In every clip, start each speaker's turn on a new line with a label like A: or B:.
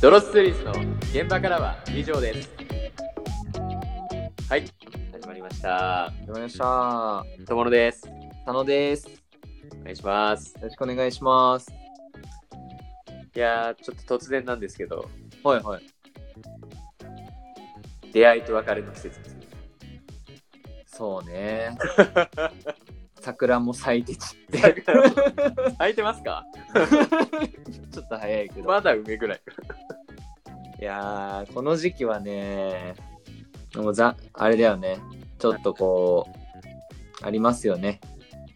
A: ドロスツーリスの現場からは以上です。はい、始まりました。
B: わかりました。
A: とものです。
B: 佐野です。よ
A: お願いします。
B: ろしくお願いします。
A: いやー、ちょっと突然なんですけど、
B: はいはい。
A: 出会いと別れの季節 ですね。
B: そう ね。桜も咲いて散って。
A: 桜空いてますか
B: ちょっと早いけ ど。
A: まだ梅ぐらい。
B: いやー、この時期はね、もうざ、あれだよね。ちょっとこう、ありますよね。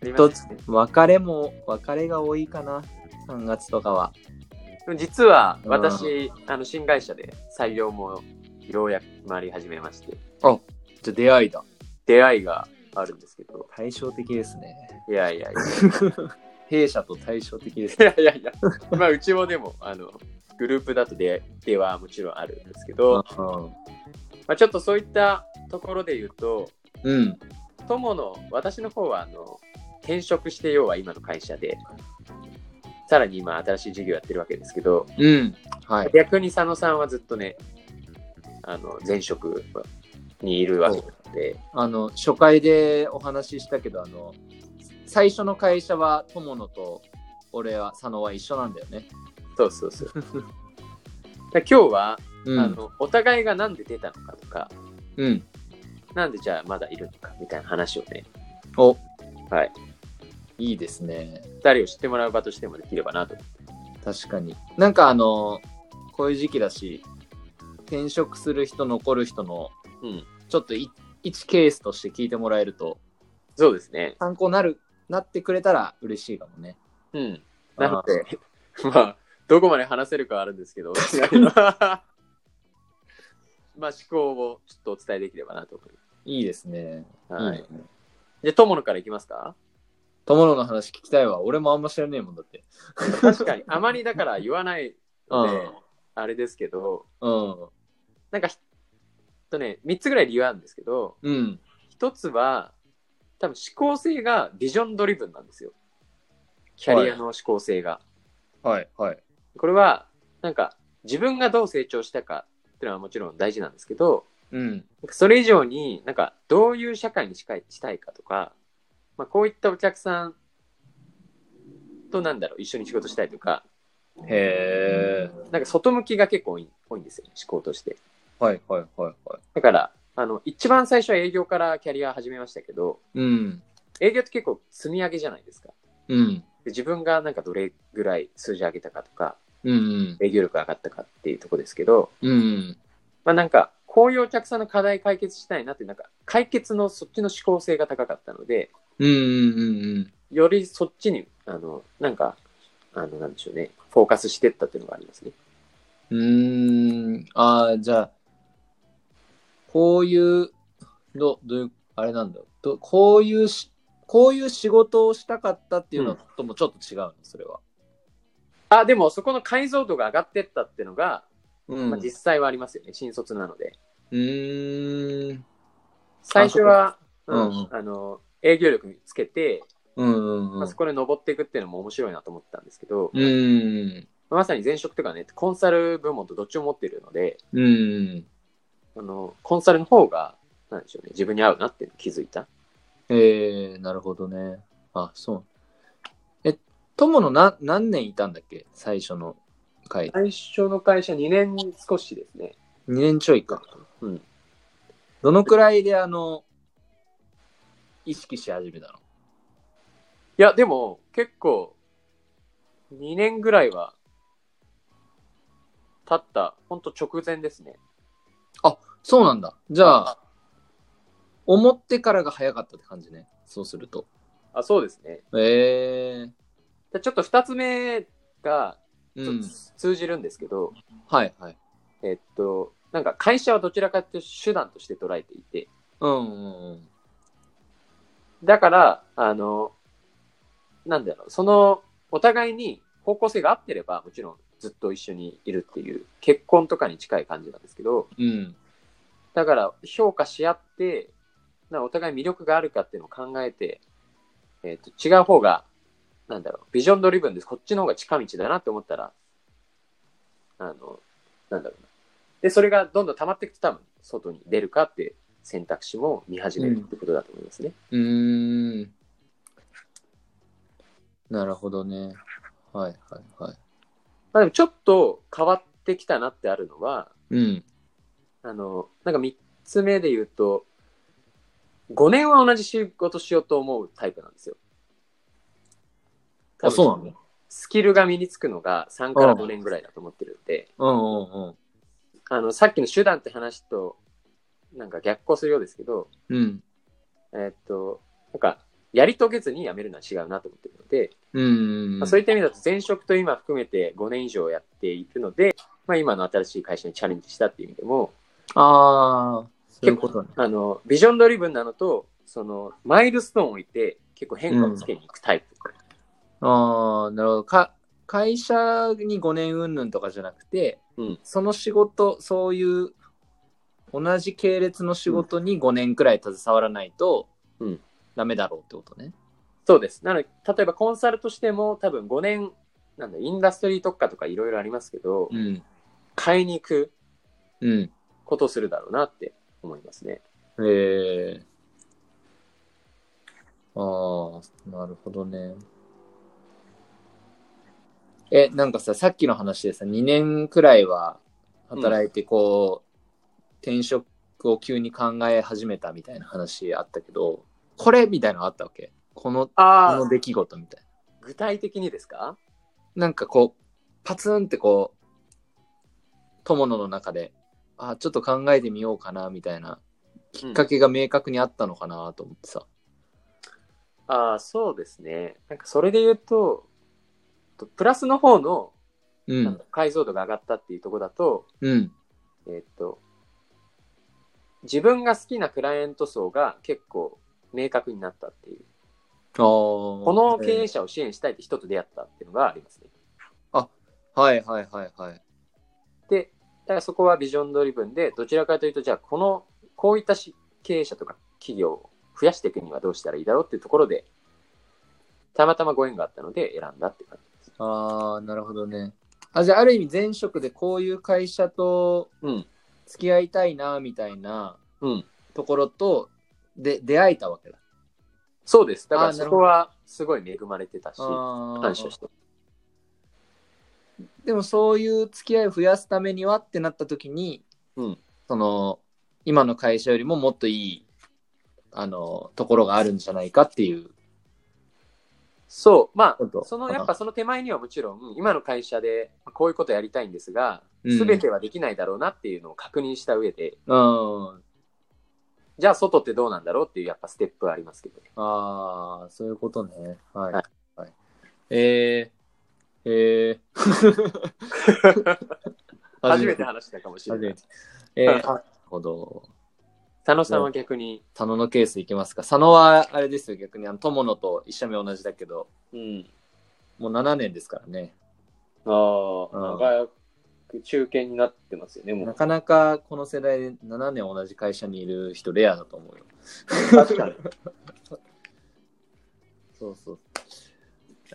A: 一つで
B: 別れも、別れが多いかな。3月とかは。
A: も実は私、あの新会社で採用もようやく決まり始めまして、
B: じゃ出会いだ。
A: 出会いがあるんですけど、
B: 対照的ですね。
A: いやいや いや。
B: 弊社と対照的です
A: い。やいやいや、まあうちもでも、あの、グループだとでではもちろんあるんですけど、まあ、ちょっとそういったところで言うと、
B: うん。
A: 友の、私の方は、あの、転職して要は今の会社で、さらに今新しい事業やってるわけですけど、
B: うん。はい。
A: 逆に佐野さんはずっとね、あの、前職にいるわけなので、
B: あの初回でお話ししたけどあの最初の会社は友野と俺は佐野は一緒なんだよね。
A: そうそう そう。だから今日は、
B: うん、
A: あの、お互いがなんで出たのかとか、
B: うん、
A: なんでじゃあまだいるのかみたいな話をね、
B: お
A: はい。
B: いいですね
A: 誰を知ってもらう場としてもできればなと。
B: 確かに。なんかあのこういう時期だし転職する人残る人の
A: うん。
B: ちょっとい一ケースとして聞いてもらえると
A: そうですね。
B: 参考になるなってくれたら嬉しいかもね。
A: うん。なので、 まあ、どこまで話せるかはあるんですけど、 まあ、思考をちょっとお伝えできればなと思い
B: いいですね。
A: ます。はい。
B: いいね
A: じゃあ、友野からいきますか
B: 友野の話聞きたいわ。俺もあんま知らねえもんだって。
A: 確かに、 あまりだから言わないので、
B: うん
A: あれですけど、
B: うん。
A: なんか、ひとね、3つぐらい理由あるんですけど、
B: うん。
A: 1つは、多分思考性がビジョンドリブンなんですよ。キャリアの思考性が。
B: はいはい。
A: これは、なんか、自分がどう成長したかっていうのはもちろん大事なんですけど、
B: うん。
A: なんかそれ以上に、なんか、どういう社会にしたいしたいかとか、まあ、こういったお客さんと、なんだろう、一緒に仕事したいとか、
B: へえ。
A: なんか、外向きが結構多い多いんですよね、思考として。
B: はいはいはいはい。
A: だから、あの、一番最初は営業からキャリア始めましたけど、
B: うん。
A: 営業って結構積み上げじゃないですか。
B: うん。
A: で自分がなんかどれぐらい数字上げたかとか、
B: うん。
A: 営業力上がったかっていうとこですけど、
B: うん。
A: まあなんか、こういうお客さんの課題解決したいなって、なんか、解決のそっちの思考性が高かったので、
B: うん。うん。
A: よりそっちに、あの、なんか、あの、なんでしょうね、フォーカスしてったっていうのがありますね。
B: うん。ああ、じゃあ、こういう、ど、どういう、あれなんだろう。どこういうし、こういう仕事をしたかったっていうのともちょっと違うの、それは。
A: あ、でも、そこの解像度が上がってったっていうのが、
B: う
A: まあ、実際はありますよね、新卒なので。
B: うん。
A: 最初は、
B: そう
A: う
B: か
A: ん
B: うん
A: あの、営業力につけて、
B: うん。
A: まあ、そこで登っていくっていうのも面白いなと思ったんですけど、
B: うん。
A: まあまさに前職とかね、コンサル部門とどっちも持ってるので、
B: うん。
A: あの、コンサルの方が、なんでしょうね、自分に合うなっていうの気づいた。
B: ええなるほどね。あ、そう。え、友のな何年いたんだっけ最初の回。
A: 最初の会社2年少しですね。
B: 2年ちょいか。
A: うん。
B: どのくらいであの、意識し始めたの
A: いや、でも、結構、2年ぐらいは、経った、ほんと直前ですね。
B: そうなんだ。じゃあ、思ってからが早かったって感じね。そうすると。
A: あ、そうですね。
B: ええ
A: でちょっと2つ目が、ち
B: う
A: ょっ
B: ん
A: と。通じるんですけど、
B: はいはい。
A: えっと、なんか会社はどちらかというと手段として捉えていて、
B: うんうんうん。
A: だから、あの、なんだろう、その、お互いに方向性が合ってれば、もちろんずっと一緒にいるっていう、結婚とかに近い感じなんですけど、
B: うん。
A: だから評価し合って、なんかお互い魅力があるかっていうのを考えて、えー、と違う方が、なんだろう、ビジョンドリブンでこっちの方が近道だなって思ったら、あの、なんだろうな。で、それがどんどん溜まっていくと多分、外に出るかって選択肢も見始めるってことだと思いますね。
B: うーん。なるほどね。はいはいはい。
A: まあでもちょっと変わってきたなってあるのは、
B: うん。
A: あの、なんか3つ目で言うと、5年は同じ仕事しようと思うタイプなんですよ。
B: あ、そうなの
A: スキルが身につくのが3から5年ぐらいだと思ってるんで、
B: うんうん
A: あの、さっきの手段って話と、なんか逆行するようですけど、
B: うん。
A: えーっと、なんか、やり遂げずにやめるのは違うなと思ってるので、
B: うん。
A: まあ、そうい
B: っ
A: った意味だと前職と今含めて5年以上やっているので、まあ、今の新しい会社にチャレンジしたっていう意味でも、
B: た。ああ、そういうことね。
A: あの、ビジョンドリブンなのと、その、マイルストーンを置いて、結構変化をつけに行くタイプ。
B: ああ、なるほど。か会社に5年云々とかじゃなくて、
A: うん
B: その仕事、そういう同じ系列の仕事に5年くらい携わらないと
A: うん
B: ダメだろうってことね。
A: そうです。なので、例えばコンサルとしても、多分5年、なんだ、インダストリー特化とかいろいろありますけど、
B: うん。
A: 買いに行く
B: うん。
A: ことをするだろうなって思いますね。
B: ええああ、なるほどね。え、なんかさ、さっきの話でさ、2年くらいは働いて、こう、転職を急に考え始めたみたいな話あったけど、これみたいなのあったわけこの、こ
A: あ
B: の出来事みたいな。
A: 具体的にですか
B: なんかこう、パツンってこう、友野の中で、あ、ちょっと考えてみようかな、みたいな、きっかけが明確にあったのかなと思ってさ。
A: ああ、そうですね。なんかそれで言うと、とプラスの方の
B: う
A: なん
B: ん
A: か。解像度が上がったっていうところだと、
B: うん。
A: えーっと、自分が好きなクライアント層が結構明確になったっていう。
B: あこ
A: この経営者を支援したいって人と出会ったっていうのがありますね。
B: はいはいはいはい。
A: で、だからそこはビジョンドリブンで、どちらかというと、じゃあこの、こういったし経営者とか企業を増やしていくにはどうしたらいいだろうっていうところで、たまたまご縁があったので選んだって感じです。
B: ああ、なるほどね。あ、じゃあある意味前職でこういう会社と
A: うん。
B: 付き合いたいな、みたいな
A: うん。
B: ところと、で、出会えたわけだ。
A: そうです。だか
B: あ
A: ら
B: ーな
A: そ
B: るほ
A: こ
B: ど
A: はすごい恵まれてたし、
B: あー
A: 感謝して。
B: でもそういう付き合いを増やすためにはってなった時に、
A: うん
B: その、今の会社よりももっといい、あの、ところがあるんじゃないかっていう。
A: そう。ま
B: 本当
A: あ、その、やっぱその手前にはもちろん、今の会社でこういうことやりたいんですが、
B: うん
A: すべてはできないだろうなっていうのを確認した上で、
B: うん。
A: じゃあ外ってどうなんだろうっていうやっぱステップはありますけどね。
B: ああ、そういうことね。はい。
A: はい
B: はい、えー、え ー、
A: 初めて話したかもしれ
B: 初
A: な
B: め
A: い
B: て。。え
A: はい
B: ー、なるほど。
A: 佐野さんは逆に、
B: 佐野のケースいきますか。佐野は、あれですよ、逆に、あの、友野と一社目同じだけど、
A: うん。
B: もう7年ですからね。
A: ああ、
B: うん
A: 長く中堅になってますよね、も
B: な
A: う。
B: かなかこの世代で7年同じ会社にいる人レアだと思うよ。
A: 確かに。
B: そうそう。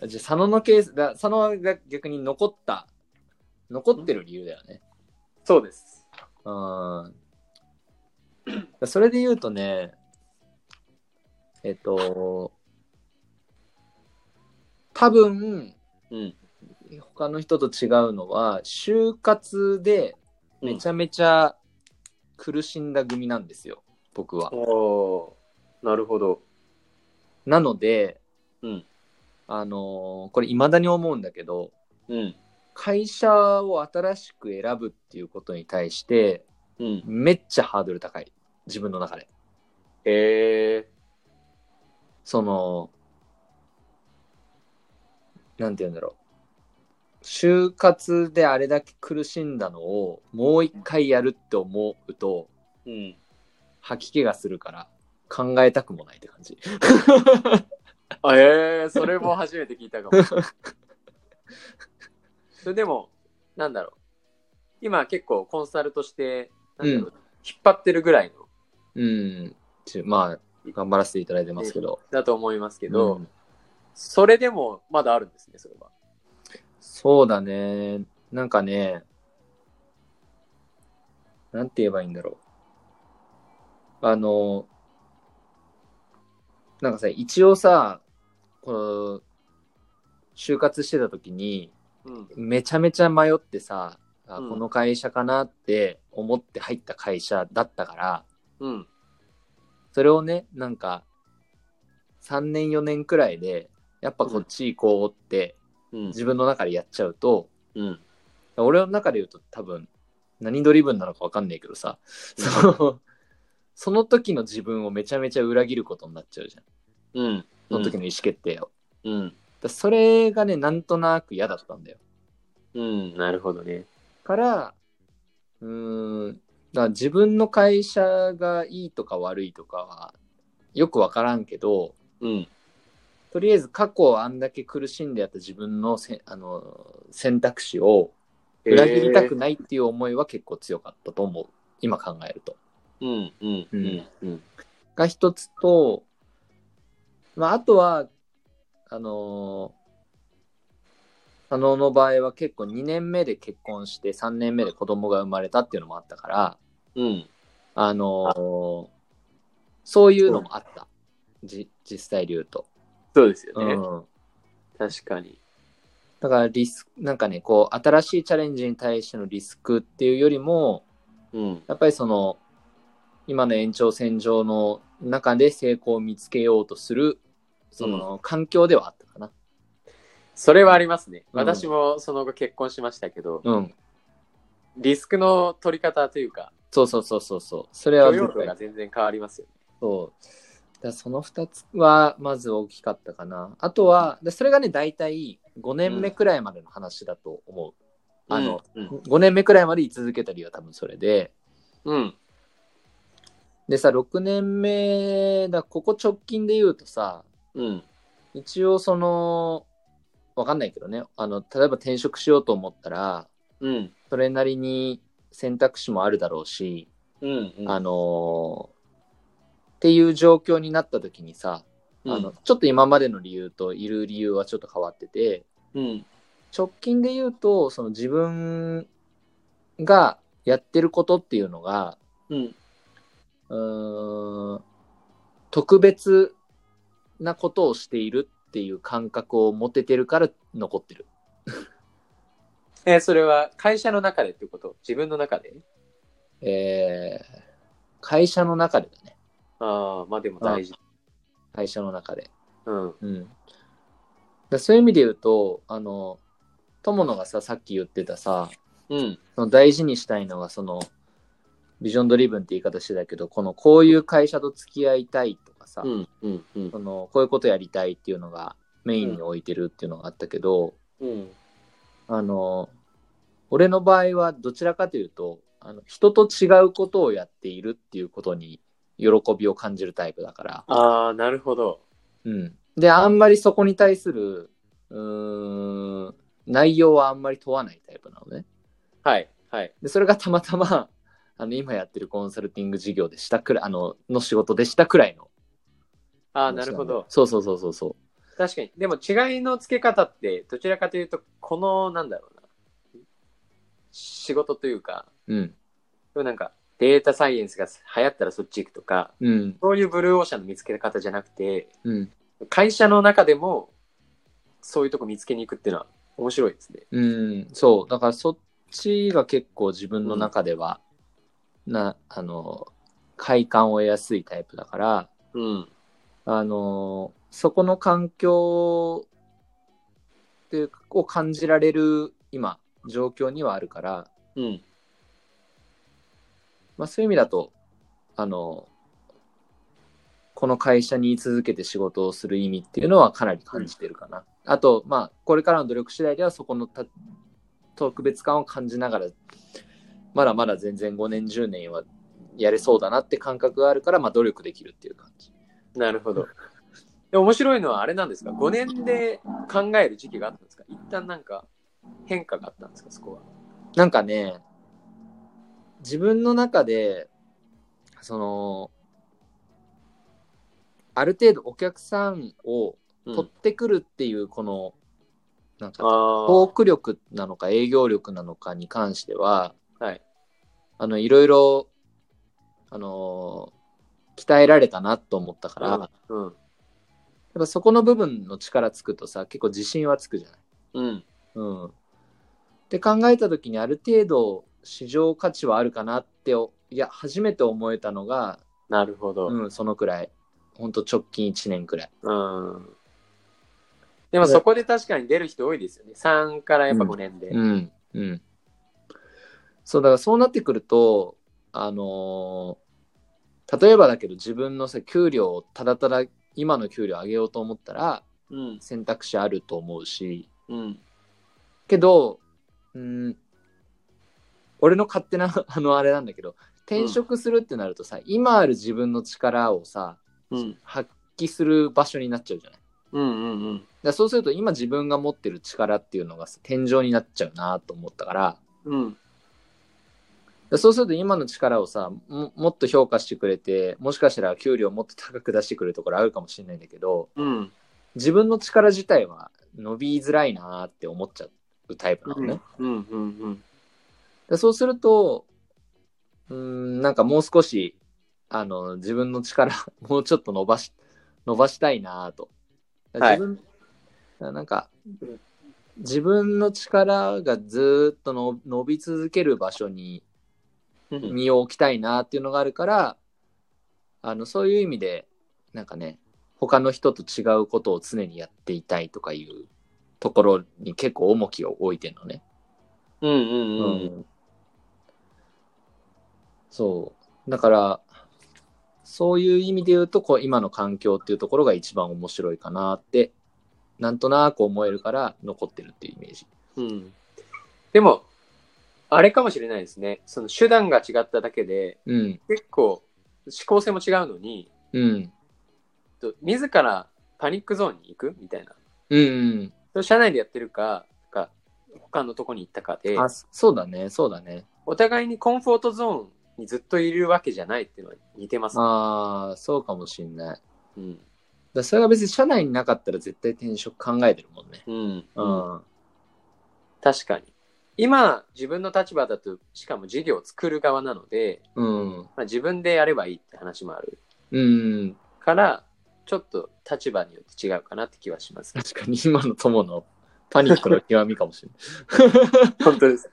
B: あじゃあ、佐野のケース、だ佐野が逆に残った、残ってる理由だよね。
A: そうです。
B: うん。それで言うとね、えっと、多分、
A: うん。
B: 他の人と違うのは、就活でめちゃめちゃ苦しんだ組なんですよ、僕は。
A: おーなるほど。
B: なので、
A: うん
B: あのーこれ未だに思うんだけど、
A: うん。
B: 会社を新しく選ぶっていうことに対して、
A: うん。
B: めっちゃハードル高い。自分の中で。
A: へえ。
B: その、なんて言うんだろう。就活であれだけ苦しんだのをもう一回やるって思うと
A: うん。
B: 吐き気がするから考えたくもないって感じ。
A: あええそれも初めて聞いた かも。それでも、なんだろう。今結構コンサルとして、なんだろう、引っ張ってるぐらいの、
B: うん。ちまあ、頑張らせていただいてますけど。
A: だと思いますけ
B: け
A: ど、それでもまだあるんですね、それは。
B: そうだね。なんかね、なんて言えばいいんだろう。あの、なんかさ、一応さ、この、就活してた時に、
A: うん。
B: めちゃめちゃ迷ってさ、あ
A: うん
B: この会社かなって思って入った会社だったから、
A: うん。
B: それをね、なんか、3年4年くらいで、やっぱこっち行こうって、
A: うん。
B: 自分の中でやっちゃうと、
A: うん。
B: 俺の中で言うと多分、何ドリブンなのかわかんないけどさ、その、その時の自分をめちゃめちゃ裏切ることになっちゃうじゃん。
A: うん。
B: その時の意思決定を。
A: うん。
B: だそれがね、なんとなく嫌だったんだよ。
A: うん。なるほどね。
B: から、うーん、だから自分の会社がいいとか悪いとかは、よくわからんけど、
A: うん。
B: とりあえず過去あんだけ苦しんでやった自分のせあの選択肢を裏切りたくないっていう思いは結構強かったと思う。今考えると。
A: うん。うん。うん。うん。
B: が一つと、まあ、あとは、あのー、佐野の場合は結構2年目で結婚して3年目で子供が生まれたっていうのもあったから、
A: うん。
B: あのーそういうのもあった。じ実際で言うと。
A: そうですよ
B: う
A: ね。
B: ん。
A: 確かに。
B: だからリスク、なんかね、こう、新しいチャレンジに対してのリスクっていうよりも、
A: うん。
B: やっぱりその、今の延長線上の中で成功を見つけようとする、その、環境ではあったかな。
A: それはありますね。
B: うん
A: 私もその後結婚しましたけど、
B: うん。
A: リスクの取り方というか、
B: そうそうそうそうそう。それは
A: 許容
B: 絶
A: 度が
B: 対
A: 全然変わりますよね。
B: そう。だからその二つは、まず大きかったかな。あとは、でそれがね、大体5年目くらいまでの話だと思う。あの、
A: うん、
B: 5年目くらいまで居続けた理由は多分それで。
A: うん。
B: でさ、6年目だ、ここ直近で言うとさ、
A: うん。
B: 一応その、わかんないけどね、あの、例えば転職しようと思ったら、
A: うん。
B: それなりに選択肢もあるだろうし、
A: うん。うん。
B: あのーっていう状況になった時にさ、あの、ちょっと今までの理由といる理由はちょっと変わってて、
A: うん。
B: 直近で言うと、その自分がやってることっていうのが、
A: うん。
B: うーん、特別なことをしているっていう感覚を持ててるから残ってる。
A: えーそれは会社の中でってこと自分の中で
B: えー、会社の中でだね。
A: ああ、まあでも大事。
B: 会社の中で。
A: うん。
B: うん。だそういう意味で言うと、あの、友野がさ、さっき言ってたさ、
A: うん。
B: その大事にしたいのがそのビジョンドリブンって言い方してたけどこのこういう会社と付き合いたいとかさ、
A: うん。うん。うん
B: そ。のこういうことやりたいっていうのがメインに置いてるっていうのがあったけど、
A: うん。
B: あの俺の場合はどちらかというとあの人と違うことをやっているっていうことに喜びを感じるタイプだから、
A: ああ、なるほど。
B: うん、であんまりそこに対するうーん内容はあんまり問わないタイプなのね。
A: はい。はい。
B: で、それがたまたま、 あの、今やってるコンサルティング事業でしたくらい、あの、の仕事でしたくらいの。
A: ああ、なるほど。。
B: そうそうそうそうそ
A: 確かに。でも違いの付け方って、どちらかというと、この、なんだろうな。仕事というか、
B: う。うん。
A: でもなんか、データサイエンスが流行ったらそっち行くとか、
B: うん。
A: そういうブルーオーシャンの見つけ方じゃなくて、
B: うん。
A: 会社の中でも、そういうとこ見つけに行くっていうのは面白いですね。
B: うん。そう。だからそっちが結構自分の中では、な、あの、快感を得やすいタイプだから、
A: うん。
B: あの、そこの環境っていうかを感じられる今、状況にはあるから、
A: うん。
B: まあ、そういう意味だと、あの、この会社に居続けて仕事をする意味っていうのはかなり感じてるかな。あと、まあ、これからの努力次第ではそこのた特別感を感じながら、まだまだ全然5年、10年はやれそうだなって感覚があるから、まあ、努力できるっていう感じ。
A: なるほど。で面白いのはあれなんですか ?5 年で考える時期があったんですか一旦なんか変化があったんですかそこは。
B: なんかね、自分の中で、その、ある程度お客さんを
A: うん
B: 取ってくるっていうこの、なんか
A: あ
B: トーク力なのか営業力なのかに関しては、
A: はい
B: あの、いろいろ、あのー鍛えられたなと思ったから、やっ
A: うん。
B: ぱそこの部分の力つくとさ、結構自信はつくじゃない。
A: うん。
B: うん。って考えた時にある程度市場価値はあるかなってお、いや、初めて思えたのが、
A: なるほど。
B: うん、そのくらい。ほんと直近1年くらい。
A: うん。でもそこで確かに出る人多いですよね。3からやっぱ5年で。
B: うん、うん。そう、だからそうなってくると、あのー例えばだけど自分のさ、給料をただただ今の給料上げようと思ったら、
A: うん。
B: 選択肢あると思うし、
A: うん。
B: けど、うん、俺の勝手な、 あの、あれなんだけど、転職するってなるとさ、今ある自分の力をさ、
A: うん。
B: 発揮する場所になっちゃうじゃない。だか
A: うん。うん。うん。
B: らそうすると今自分が持ってる力っていうのがさ天井になっちゃうなと思ったから、
A: うん。
B: でそうすると今の力をさももっと評価してくれてもしかしたら給料もっと高く出してくれるところあるかもしれないんだけど
A: うん。
B: 自分の力自体は伸びづらいなーって思っちゃうタイプなのね、
A: うん。うん。
B: でそうするとうーんなんかもう少しあの自分の力 もうちょっと伸ばし伸ばしたいなーと
A: はい
B: 自分、なんか自分の力がずーっとの伸び続ける場所に
A: うん。
B: 身を置きたいなっていうのがあるから、あのそういう意味でなんかね他の人と違うことを常にやっていたいとかいうところに結構重きを置いてるのね。
A: うん。うん。うん。
B: そうだからそういう意味で言うとこう今の環境っていうところが一番面白いかなってなんとなく思えるから残ってるっていうイメージ。
A: うん。でも、あれかもしれないですね。その手段が違っただけで、
B: うん
A: 結構、思考性も違うのに、
B: うん
A: と自らパニックゾーンに行くみたいな。
B: うん、
A: それ社内でやってるか、か他のとこに行ったか
B: う
A: で
B: ん、あ、そうだねそうだね
A: お互いにコンフォートゾーンにずっといるわけじゃないっていうのは似てますね。
B: ああそうかもしんない。
A: うん。
B: だからそれが別に社内になかったら絶対転職考えてるもんね。
A: うん。
B: うん。
A: 確かに。今、自分の立場だと、しかも事業を作る側なので、
B: うん。
A: まあ、自分でやればいいって話もある
B: うん。
A: から、ちょっと立場によって違うかなって気はします。
B: 確かに今の友のパニックの極みかもしれない。
A: 本当です。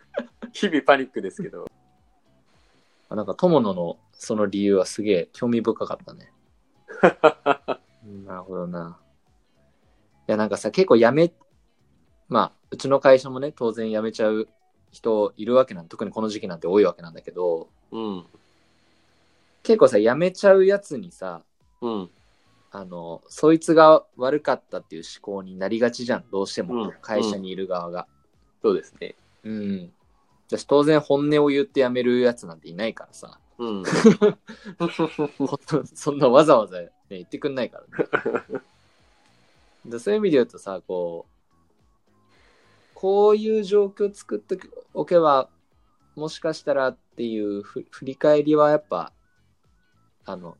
A: 日々パニックですけど。
B: あなんか友野のその理由はすげえ興味深かったね。うんなるほどな。いやなんかさ結構辞め、まあうちの会社もね当然辞めちゃう人いるわけなん特にこの時期なんて多いわけなんだけど
A: うん。
B: 結構さ辞めちゃうやつにさ
A: うん。
B: あの、そいつが悪かったっていう思考になりがちじゃん、どうしても、
A: うん
B: 会社にいる側が。
A: そうですね。
B: うん。私当然本音を言って辞めるやつなんていないからさ、
A: うん。
B: ほんとそんなわざわざ、ね、言ってくんないからね。でそういう意味で言うとさ、こう、こういう状況作っておけば、もしかしたらっていうふ振り返りはやっぱ、あの、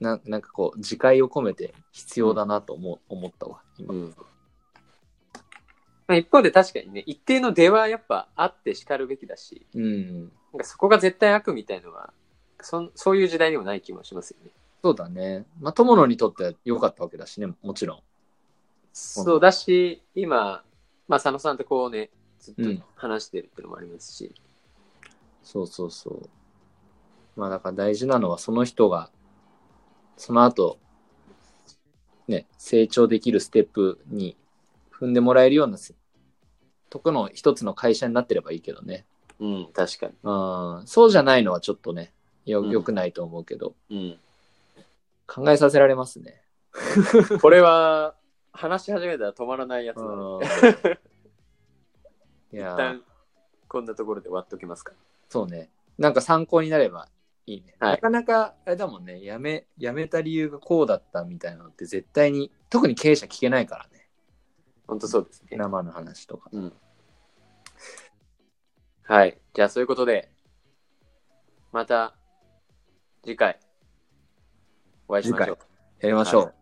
B: ななんかこう、自戒を込めて必要だなと思,、う思ったわ、今。
A: うんまあ一方で確かにね、一定の出はやっぱあって叱るべきだし、
B: うん、
A: なんかそこが絶対悪みたいのは、そんそういう時代にもない気もしますよね。
B: そうだね。まあ、友野にとっては良かったわけだしね、もちろん。
A: そうだし、今、まあ、佐野さんとこうね、ずっと
B: うん
A: 話してるっていうのもありますし、
B: そうそうそう。まあ、だから大事なのは、その人が、その後、ね、成長できるステップに踏んでもらえるようなせ、とこの一つの会社になってればいいけどね。
A: うん、確かに。
B: うん、そうじゃないのはちょっとね、よ、
A: うん
B: 良くないと思うけど、
A: うん。
B: 考えさせられますね。
A: これは、話し始めたら止まらないやつ
B: う
A: なの
B: ん。 い
A: で、一
B: やー
A: 旦、こんなところで終わっときますか。
B: そうね。なんか参考になればいいね。
A: はい
B: なかなか、あれだもんね、辞め、辞めた理由がこうだったみたいなのって絶対に、特に経営者聞けないからね。
A: 本当そうですね。
B: 生の話とか。
A: うん。はい。じゃあ、そういうことで、また、次回、お会いしましょう。
B: やりましょう。
A: はい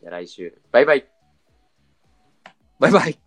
A: じゃあ、来週、バイバイ。
B: バイバイ